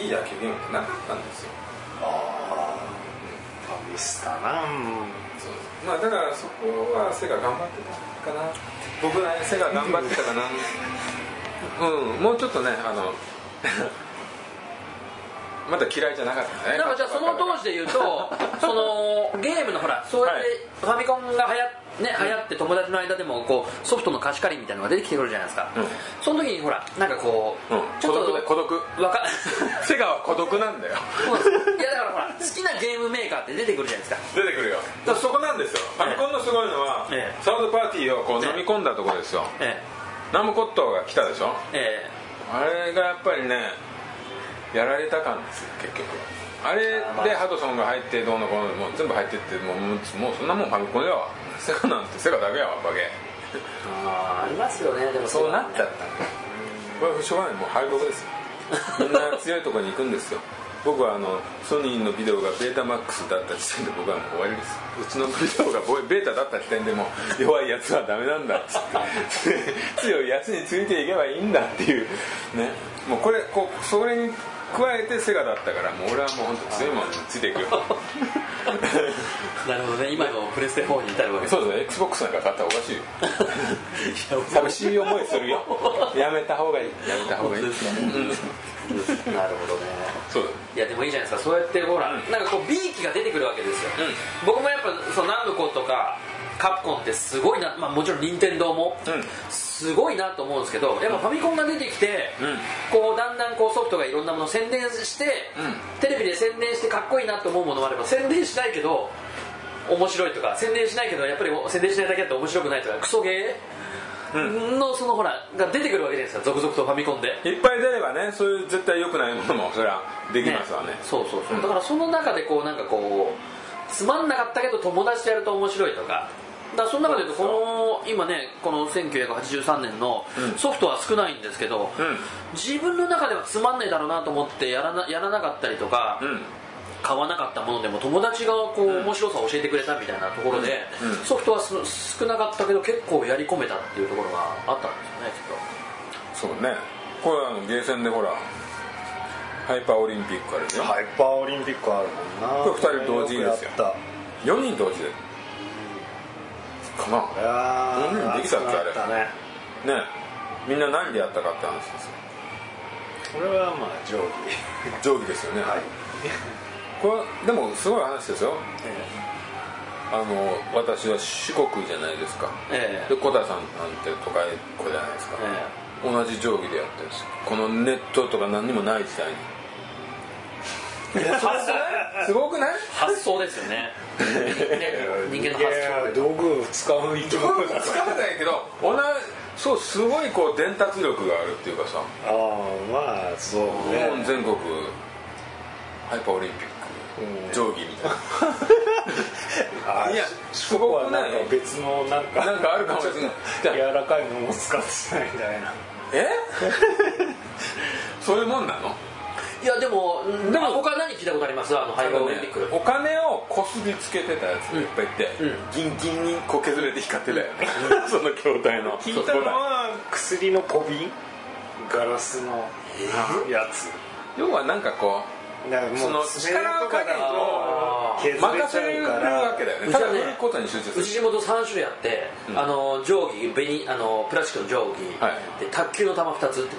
S1: いい野球ゲームってなかったんですよ
S3: ああファミスタなうん
S1: そうまあだからそこはセガ頑張ってたかな僕らセガ頑張ってたかなうんもうちょっとねあの まだ嫌いじゃなかったね
S2: なんかじゃあその当時で言うとそのゲームのほらそうやっ
S1: はい
S2: てファミコンがはや、ね、流行って友達の間でもこうソフトの貸し借りみたいなのが出てきてくるじゃないですか、
S1: うん
S2: その時にほらなんかこう、
S1: うん
S2: ち
S1: 孤
S2: ょっ
S1: 独だよ孤
S2: と
S1: 独
S2: わか
S1: セガは孤独なんだよ
S2: そうですいやだからほら好きなゲームメーカーって出てくるじゃないですか
S1: 出てくるよだからそこなんですよファミコンのすごいのは、
S2: ええ
S1: サードパーティーをこう
S2: え
S1: 飲
S2: え
S1: み込んだとこですよ、
S2: え
S1: ナムコットーが来たでしょ
S2: ええ
S1: あれがやっぱりねやられた感ですよ結局あれでハドソンが入ってどうのこうのもう全部入ってってもうもうもうそんなもんファミコンやわセガなんてセガだけやわバケ
S2: えあーありますよねでも
S1: そうなっちゃ
S2: っ
S1: ったんだこれしょうがないもう敗北ですよみん な強いとこに行くんですよ僕はあのソニーのビデオがベータマックスだった時点で僕はもう終わりですうちのビデオがボベータだった時点でもう弱いやつはダメなんだっつって強いやつについていけばいいんだっていうねもうこれこうそれに加えてセガだったからもう俺はもう本当強いものについていくよ
S2: たなるほどね今のプレステ4に至るわけです
S1: そうですね XBOX なんか買ったらおかしいよ寂しい思いする よやめた方がいいやめた方がいい、うん
S2: なるほどね
S1: そうだ
S2: いやでもいいじゃないですかそうやってほら、なんかこう B 機が出てくるわけですよ、
S1: う
S2: 僕もやっぱそのナムコとかカプコンってすごいな、まあ、もちろん任天堂も、
S1: うん
S2: すごいなと思うんですけどやっぱファミコンが出てきて、
S1: うん
S2: こうだんだんこうソフトがいろんなものを宣伝して、
S1: ん
S2: テレビで宣伝してかっこいいなと思うものもあれば宣伝しないけど面白いとか宣伝しないけどやっぱり宣伝しないだけだと面白くないとかクソゲー、のそのほらが出てくるわけじゃないですか続々とファミコンで
S1: いっぱい出ればねそういう絶対良くないものもそれはできますわね
S2: そうそうそう、
S1: うん
S2: だからその中でこうなんかこうつまんなかったけど友達とやると面白いとかだからその中で言うとこの今ねこの1983年の
S1: うん
S2: ソフトは少ないんですけど、
S1: うん
S2: 自分の中ではつまんないだろうなと思ってやらなやらなかったりとか、
S1: うん
S2: 買わなかったものでも友達がこう面白さを教えてくれたみたいなところで、
S1: うんうん
S2: ソフトはす少なかったけど結構やり込めたっていうところがあったんですよ
S1: そ
S2: ねきっと。
S1: うねこれはあのゲーセンでほらハイパーオリンピックあるでしょ
S3: ハイパーオリンピックあるもんな
S1: これ二人同時ですよ
S3: くやっ
S1: 4人同時でかな
S3: たいやー
S1: うんできたっけあれ
S3: 熱くなったね
S1: ねみんな何でやったかって話ですよ
S3: これはまあ定規
S1: 定規ですよね
S3: はい
S1: これはでもすごい話ですよあの私は四国じゃないですか
S2: ええ
S1: で小田さんなんて都会っ子じゃないですか、
S2: え
S1: 同じ定規でやってるんですよこのネットとか何にもない時代にすごくない
S2: 発想です よね人間の発想
S3: いや道具を使う生き 物だ
S1: 使わないけど同じそうすごいこう伝達力があるっていうかさ
S3: ああまあそう
S1: 日
S3: ね
S1: 本全国ハイパーオリンピック定規みたいな
S3: あ
S1: いや
S3: 四国はなん
S1: す
S3: か
S1: ごくない
S3: 別のなんか
S1: なんかあるかもしれない
S3: ちょっと 柔らかいのも使ってないみたいな
S1: えそういうもんなの
S2: いやでもでも他何聞いたことありますあのハイパーオリンピック
S1: お金をこすりつけてたやつがいっぱいいて、
S2: うん
S1: ギンギンにこう削れて光ってたよね、 その筐体の
S3: 聞いたのは薬の小瓶ガラスのやつ
S1: 要はなんかこ
S3: だからもう
S1: その
S3: 爪とかだと
S1: う
S3: 削れ
S1: 任
S3: ち
S1: せ
S3: ゃ
S1: る
S3: うか
S1: わ
S3: ら
S1: けだよね
S2: た
S1: た
S2: だ
S1: だ
S2: ね
S1: 売ることに集中
S2: う
S1: す
S2: ち
S1: る
S2: 地元3種類あって、
S1: うん
S2: あの定規紅あのプラスチックの定規、
S1: はい
S2: で卓球の球2つってもらったんです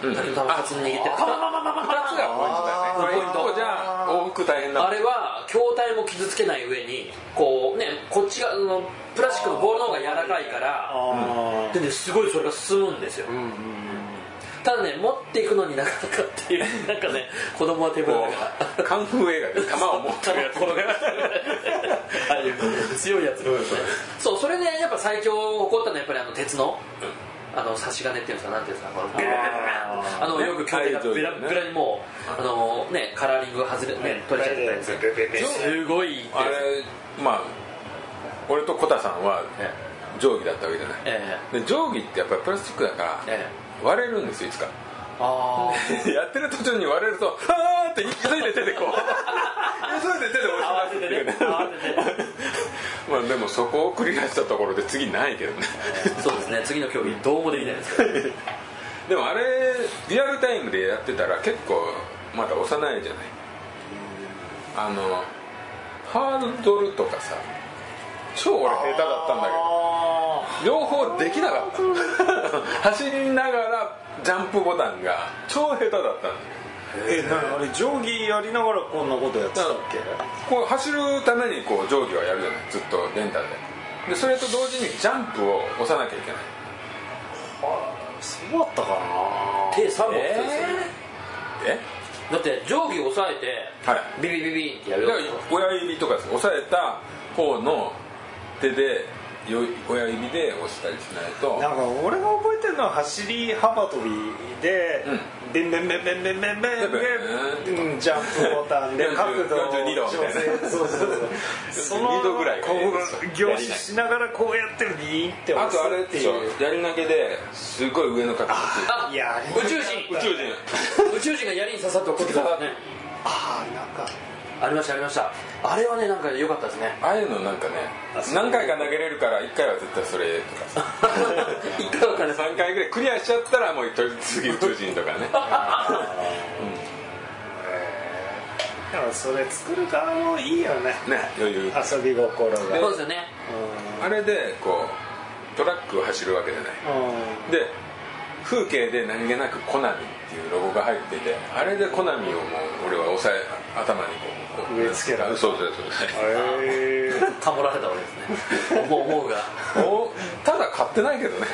S1: うん
S2: よ、卓球の球2つ握ってパンパンパンパンパンパン
S1: 2つがポイントだよね
S2: ポイント
S1: これ一個じゃ往復大変だ
S2: あれは筐体も傷つけない上にこうねこっちがあのプラスチックのボールの方が柔らかいから
S3: あ
S2: でねすごいそれが進むんですよ、
S3: ーうんうん
S2: ただね持っていくのになかなかっていうなんかね子供は手ぶらだから
S1: こうカンフー映画で弾を持ってるやつ
S2: 転がってるああいう強いやつそうそれねやっぱ最強起こったのはやっぱりあの鉄のあの差し金っていうんですかなんていうんですかこのグラグラグラあのよく筐体がベラベラにもうあのねカラーリング外れね取れちゃってたやつすごい
S1: あれまあ俺とコタさんは
S2: え
S1: 定規だったわけじゃない
S2: え
S1: で定規ってやっぱりプラスチックだから
S2: ええ
S1: 割れるんです よいつか
S2: あ
S1: やってる途中に割れると「あー!」って急いで手で こう急いで手で押しますっていうね
S2: 慌ててね慌て
S1: まあでもそこをクリアしたところで次ないけどね
S2: あそうですね次の競技どうもできないですけど
S1: でもあれリアルタイムでやってたら結構まだ幼いじゃないあのハードルとかさ超俺下手だったんだけど
S3: あ
S1: 両方できなかった 走りながらジャンプボタンが超下手だったんだよ
S3: ーえなあれ定規やりながらこんなことやってたっけ
S1: こう走るためにこう定規はやるじゃないずっとレンタルででそれと同時にジャンプを押さなきゃいけない
S3: そうだったかな
S2: 手3本ってたんですよ
S1: え
S2: だって定規押さえて、
S1: はい
S2: ビビビビンってやる
S1: だ
S2: よ
S1: から親指とかです押さえた方の手でよ親指で押したりしないと
S3: なんか俺が覚えてるのは走り幅跳びで、ベンベンベンベンベンベンベン
S1: ベ
S3: ベンで、うん、ジャンプボタンで
S1: 40
S3: 角度を
S1: 42度みたいな
S3: 調整そうそうそうその
S1: 42度ぐらいが
S3: こ
S1: いいで
S3: う
S1: すよ
S3: 凝視しながらこうやってビーンって
S1: あ
S3: 押す
S1: とあれ
S3: っ
S1: で
S3: て
S1: し
S3: い
S1: ょ
S3: う
S1: やり投げですごい上の角度
S2: あ
S3: いやあれ
S2: 宇宙人
S1: 宇宙人
S2: 宇宙人が槍に刺さって怒ってたからね
S3: ああなんか
S2: ありましたありましたあれはねなんか良かったですね
S1: ああいうのなんかね
S3: あそう
S1: 何回か投げれるから1回は絶対それとかさ
S2: 一回は金さ
S1: 3回ぐらいクリアしちゃったらもうとり次宇宙人と かね
S3: でもそれ作る側もいいよね
S1: ね余裕
S3: 遊び心が
S2: そうですよね
S3: う
S1: あれでこうトラックを走るわけじゃない
S3: んうん
S1: で風景で何気なく「コナミ」っていうロゴが入っててあれでコナミをもう俺は押さえ頭にこうこう
S3: 植え付けられる
S1: そうそうそう
S3: へー
S2: かもられたわけですね思う思うが
S1: おただ買ってないけどね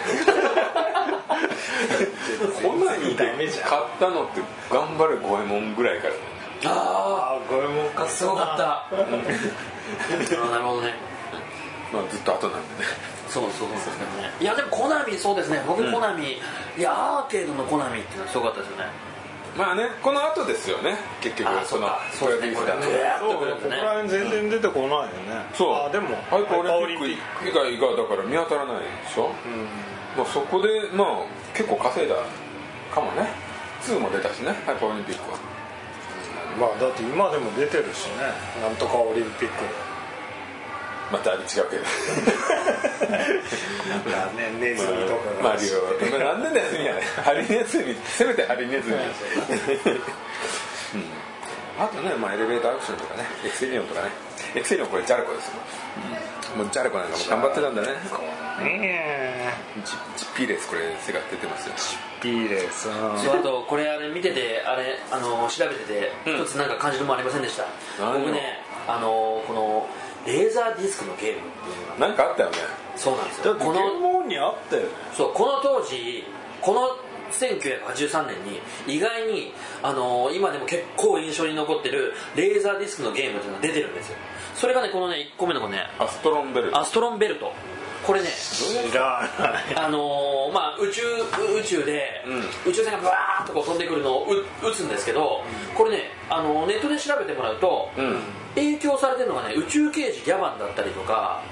S1: コナミで
S3: ダメじゃん
S1: 買ったのって頑張れ五右衛門ぐらいからね
S2: あ
S3: あー五右衛門か
S2: あすごかったあーなるほどね
S1: まあずっと後なんでね
S2: そうそうそうですねいやでもコナミそうですね僕コナミ、いやアーケードのコナミっていうのはすごかったですよね
S1: まあねこの後ですよね結
S2: あー
S1: 局その
S2: そうですね
S1: プ
S2: こ
S1: ロ
S2: れ
S1: デュー
S2: ね
S1: スだと
S3: そう
S2: こ
S3: ここ
S2: ね
S3: ら辺全然出てこないよね
S1: そう
S3: あでも
S1: ハイパーオリンピッ
S3: ハ
S1: ク以外がだから見当たらないでしょ、まあ、そこでまあ結構稼いだかもね2も出たしねハイパーオリンピックは
S3: イパーオリンピックまあだって今でも出てるしねなんとかオリン ピック
S1: まあだいぶ違うけど
S3: なんかねネズミとか
S1: マ
S3: が
S1: リオ、まあ、なんでネズミやねんハリネズミせめてハリネズミ、うん、あとね、まあ、エレベーターアクションとかねエクセリオンとかねエクセリオンこれジャルコですもんもうジャルコなんかも頑張ってたんだね
S3: ね
S1: ジジッピーレースこれ背が出てますよ
S3: えピーレーさん
S2: そうあとこれあれ見ててあれあの調べてて一つなんか感じるもんありませんでした、
S1: 何よ
S2: 僕ねあのこのレーザーディスクのゲームっていうのが
S1: なんかあったよね
S2: そうなんです
S3: だ
S2: よ
S3: って
S2: この
S3: ゲームオンにあったよね
S2: そうこの当時この1983年に意外に、あのー今でも結構印象に残ってるレーザーディスクのゲームっていうのが出てるんですよそれがねこのね1個目のこのね
S1: アストロンベルト
S2: アストロンベルトこれね
S3: 知らない
S2: あのーまあ、宇宙宇宙で、宇宙船がブワーッとこう飛んでくるのをう撃つんですけど、これね、あのーネットで調べてもらうと、影響されてるのがね宇宙刑事ギャバンだったりとか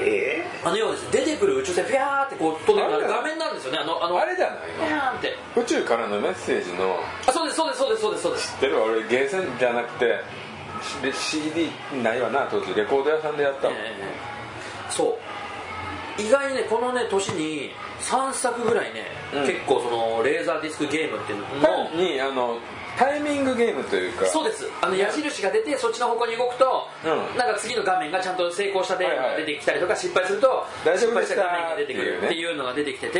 S3: え
S2: あの要はですね出てくる宇宙船ピャーってこう飛んでく
S1: あれ
S2: る
S1: だ
S2: 画面なんですよねあのあの
S1: あれじゃな
S2: ピャーンって
S1: いの宇宙からのメッセージの
S2: あそうですそうですそうですそうですそうです
S1: 出る俺ゲーセンじゃなくてで CD ないわな当時レコード屋さんでやったもん
S2: ええそう意外にねこのね年に3作ぐらいね、
S1: うん
S2: 結構そのレーザーディスクゲームっていうのも
S1: 単にあのタイミングゲームというか
S2: そうですあの矢印が出てそっちの方向に動くと、
S1: うん
S2: なんか次の画面がちゃんと成功した例
S1: はい
S2: が
S1: はい
S2: 出てきたりとか、失敗すると
S1: 大丈
S2: 失
S1: 夫
S2: 敗
S1: で
S2: し
S1: したた
S2: 画面が出てくるっていうのが出てきてて、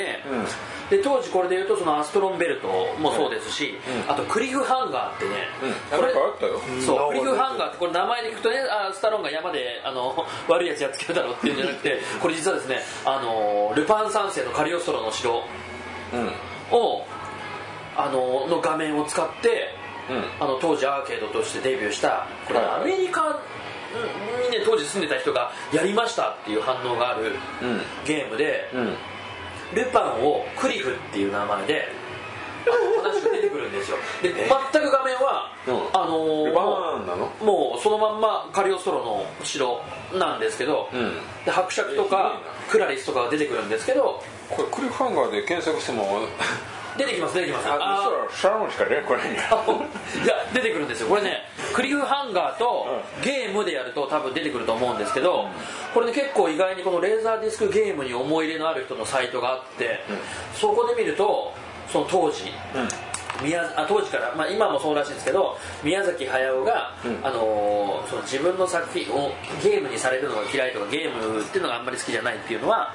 S2: で当時これでいうとそのアストロンベルトもそうですし、あとクリフハンガーってね、
S1: うんあ
S2: こ
S1: なん
S2: れ
S1: かあったよ
S2: そうクリフハンガーってこれ名前で聞くとねあスタローンが山であの 悪いやつやっつけるだろうっていうんじゃなくて これ実はですねあのルパン三世のカリオストロの城
S1: うん
S2: をあのの画面を使って
S1: うん
S2: あの当時アーケードとしてデビューしたこれ
S1: はいはい
S2: アメリカにね当時住んでた人がやりましたっていう反応がある
S1: うん
S2: ゲームで
S1: うん
S2: ルパンをクリフっていう名前であの正しく出てくるんですよで全く画面は
S1: うん
S2: あのー
S1: ルパンなの
S2: もうそのまんまカリオストロの城なんですけど、
S1: うん
S2: で伯爵とかクラリスとかが出てくるんですけど
S1: これクリフハンガーで検索しても
S2: 出てきます出てきます
S1: あ
S2: あー
S1: そしたらシャロンしか出てこないんや
S2: あほん いや出てくるんですよこれねクリフハンガーとゲームでやると多分出てくると思うんですけどこれね結構意外にこのレーザーディスクゲームに思い入れのある人のサイトがあってそこで見るとその当時宮あ当時から、まあ、今もそうらしいんですけど宮崎駿が、あのーその自分の作品をゲームにされるのが嫌いとかゲームっていうのがあんまり好きじゃないっていうのは、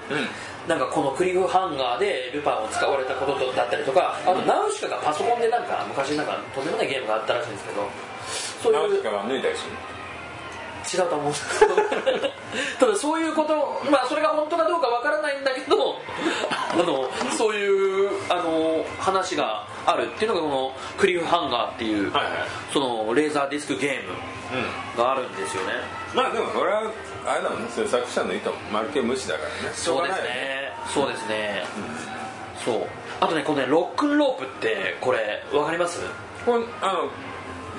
S2: なんかこのクリフハンガーでルパンを使われたことだったりとかあとナウシカがパソコンでなんか昔なんかとんでもないゲームがあったらしいんですけどそう
S1: ナウ
S2: い
S1: シ
S2: う
S1: カは脱いだりする
S2: 違うと思うんですけどただそういうことまあそれが本当かどうかわからないんだけど あのそういうあの話があるっていうのがこのクリフハンガーっていう、
S1: はいはい
S2: そのレーザーディスクゲーム
S1: うん
S2: があるんですよね
S1: まあでもそれはあれだもんね制作者の意図も丸っきり無視だからねしょ
S2: そう
S1: が
S2: です
S1: ない
S2: ね
S1: よ
S2: そうですね、そうあとねこのねロックンロープってこれわかります
S1: これあの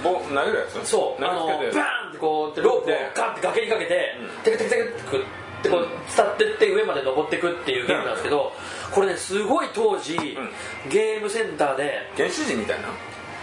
S1: 棒投げるやつ
S2: そう
S1: 投
S2: あのバ
S1: げ
S2: ーン
S1: つけて
S2: ってこうやってロープをガッて崖にかけてテクテクテクってこう伝ってって上まで登ってくっていうゲームなんですけどこれねすごい当時ゲームセンターで
S1: 原始人みたいな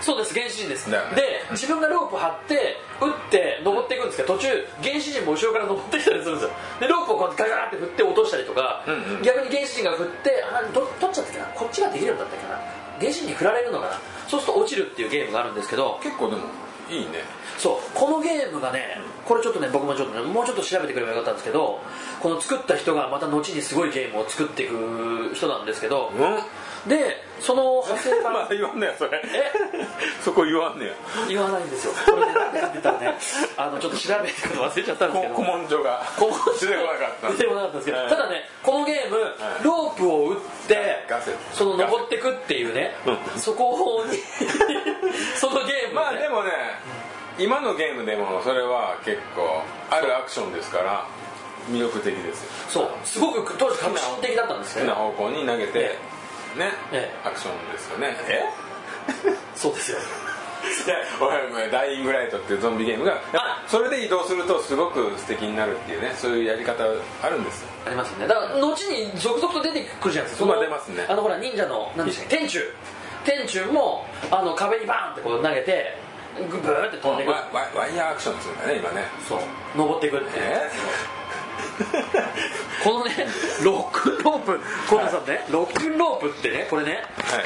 S2: そうです原始人ですで
S1: だよね
S2: 自分がロープ張って打って登っていくんですけど途中原始人も後ろから登ってきたりするんですよでロープをこうやってガガガって振って落としたりとか
S1: うんうん
S2: 逆に原始人が振ってあど取っちゃったっけなこっちができるようになったっけな原始人に振られるのかなそうすると落ちるっていうゲームがあるんですけど
S1: 結構でもいいね
S2: そうこのゲームがねこれちょっとね僕もちょっとねもうちょっと調べてくればよかったんですけどこの作った人がまた後にすごいゲームを作っていく人なんですけど
S1: うん
S2: でその派生
S1: まだ
S2: 版
S1: 言わんねやそれ
S2: え
S1: そこ言わんねや
S2: 言わないんですよこれねなんでかって言ったらねあのちょっと調べてくの忘れちゃったんですけ
S1: こ
S2: ど
S1: 古文書が
S2: ここ
S1: 出てこなかった
S2: 出 てこなかったんですけど、
S1: はい
S2: ただねこのゲーム、
S1: い
S2: ロープを打って
S1: ガセ
S2: その登ってくっていうねそこ にそのゲーム、ね、
S1: まあでもね今のゲームでもそれは結構あるアクションですから魅力的ですよ
S2: そうすごく当時革新的だったんです
S1: 好き
S2: よ
S1: な
S2: ね
S1: 方向に投げてね
S2: え
S1: アクションですよねえ
S2: そうですよ
S1: いや俺もダイイングライトっていうゾンビゲームがやっぱそれで移動するとすごく素敵になるっていうねそういうやり方あるんですよ
S2: ありますよねだから後に続々と出てくるじゃないですかの
S1: まあ出ますね
S2: あのほら忍者の何でしたっけ天柱天柱もあの壁にバーンってこう投げてグブーって飛んでくる
S1: ワワワイヤーアクションっていうんだね今ね
S2: そう登っていくっていう
S1: え
S2: このねロックンロープコナンさんね、ロックンロープってねこれね、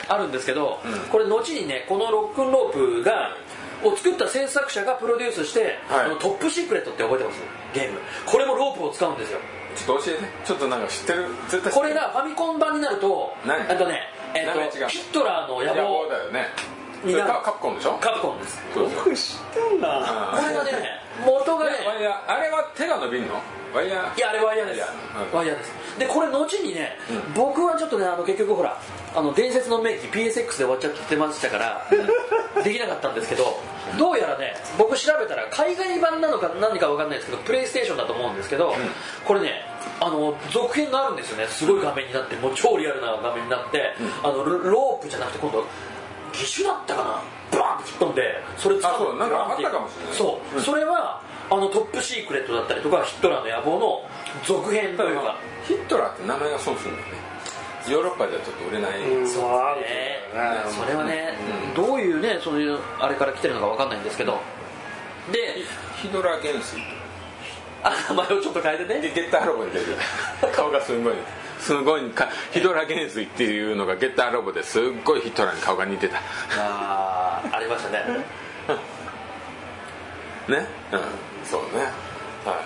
S2: あるんですけど、これ後にねこのロックンロープがを作った制作者がプロデュースして、
S1: はい
S2: あのトップシークレットって覚えてますゲームこれもロープを使うんですよ
S1: ちょっと教えてちょっとなんか知ってる絶対知ってる
S2: これがファミコン版になると
S1: 何
S2: あとね、えっ
S1: 名前違
S2: と
S1: う
S2: ヒットラーの野
S1: 野
S2: 望
S1: 望だよねそ
S2: に
S1: れ
S2: なる
S1: カカプコンでしょ
S2: カプコンです
S1: そうですよ
S3: よく知ってんな
S2: これがね元がね
S1: ワイヤーあれは手が伸びるのワイヤー
S2: いやあれワイヤーです
S1: うん
S2: ワイヤーですでこれ後にね、僕はちょっとねあの結局ほらあの伝説の名機 PSX で終わっちゃってましたから できなかったんですけどどうやらね僕調べたら海外版なのか何か分かんないですけどプレイステーションだと思うんですけど、これねあの続編があるんですよねすごい画面になってもう超リアルな画面になって、あのロロープじゃなくて今度義手だったかなバーンって吹っ飛んでそれ使
S1: あそうなんかあったかもしれない
S2: そう、それはあのトップシークレットだったりとかヒットラーの野望の続編
S1: た
S2: と
S1: だ
S2: いう
S1: ま
S2: か
S1: あヒットラーって名前が損するんだよねヨーロッパではちょっと売れない、
S3: うんそうある
S2: ね
S3: んだよね
S2: それはね、
S1: うん
S2: どういうねそういうあれから来てるのかわかんないんですけどで
S1: ヒドラ元帥
S2: あ名前をちょっと変えて
S1: で
S2: ね
S1: ゲッターロボに出る顔がすごいすごいかヒドラ元帥っていうのがゲッターロボですっごいヒトラーに顔が似てた
S2: あーありましたね
S1: ねうんそうねは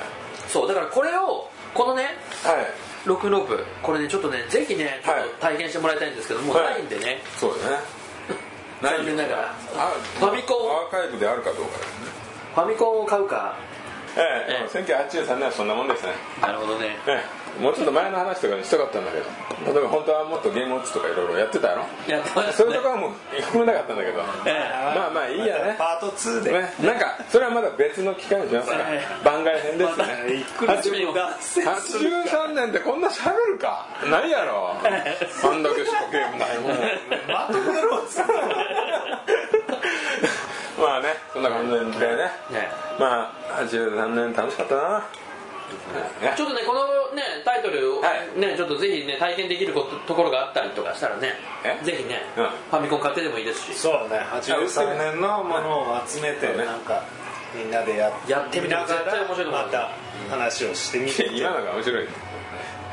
S2: そうだからこれをこのね
S1: いはい
S2: ロックンロープこれねちょっとねぜひねちょっと体験してもらいたいんですけど、もう
S1: はい
S2: ないんでね
S1: そうだね
S2: 残念ながら
S1: あ
S2: ファミコン
S1: アーカイブであるかどうか
S2: ファミコンを買うか
S1: だよね
S2: ええ
S1: ええ1983年はそんなもんですね
S2: なるほどね
S1: ええもうちょっと前の話とかにしたかったんだけど例えば本当はもっとゲームウォッチとかいろいろやってたやろ
S2: やってまし
S1: そ
S2: た
S1: れ
S2: ね
S1: とかはもう含めなかったんだけど
S2: え
S1: まあまあいいやね
S3: パート2で
S1: ね、なんかそれはまだ別の機会にしますから
S2: はい
S1: 番外編ですね
S3: びっくりする男性する
S1: 83年ってこんな喋るかないやろあんだけしかゲームないもん
S3: まとめろっつって
S1: まあねそんな感じでね
S2: えね
S1: まあ83年楽しかったな、ね
S2: ちょっとねこのねタイトルを、
S1: はい
S2: ねちょっとぜひね体験できることところがあったりとかしたらね
S1: え
S2: ぜひね、
S1: うん
S2: ファミコン買ってでもいいですし
S3: そうね83年のものを集めてなんかみんなでや
S2: やってみたら
S3: なが
S2: 絶対面白いと思
S3: ま
S2: う
S3: た話をしてみ
S1: いや 今
S3: て
S1: のが面白い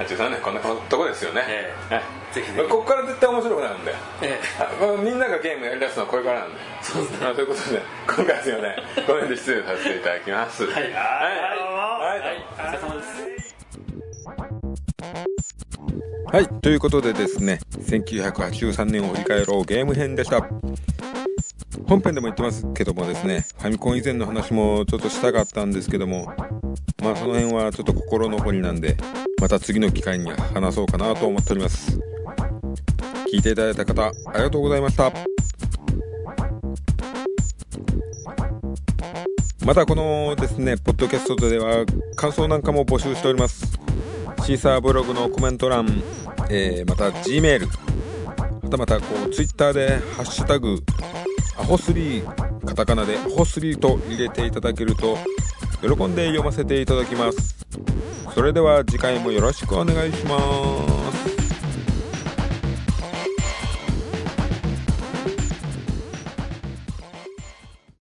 S1: 83年こんなとこですよね、
S2: え
S1: はい
S2: ぜひぜひ
S1: ここから絶対面白くなるんだよ
S2: え
S1: あみんながゲームやりだすのはこれからなんでそうですねということで今回はすいませんこの辺で失礼させていただきます
S2: えはい
S3: 哎
S1: はい、はい
S2: お疲れ様です
S4: はい、ということでですね、1983年を振り返ろうゲーム編でした。本編でも言ってますけどもですね、ファミコン以前の話もちょっとしたかったんですけども、まあその辺はちょっと心残りなんで、また次の機会に話そうかなと思っております。聞いていただいた方、ありがとうございました。またこのですね、ポッドキャストでは感想なんかも募集しております。シーサーブログのコメント欄、えーまた G メールまたまたこう Twitter で「ハッシュタグアホ3」カタカナで「アホ3」と入れていただけると喜んで読ませていただきますそれでは次回もよろしくお願いします